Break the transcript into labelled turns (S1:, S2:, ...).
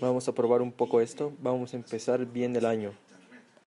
S1: Vamos a probar un poco esto. Vamos a empezar bien el año.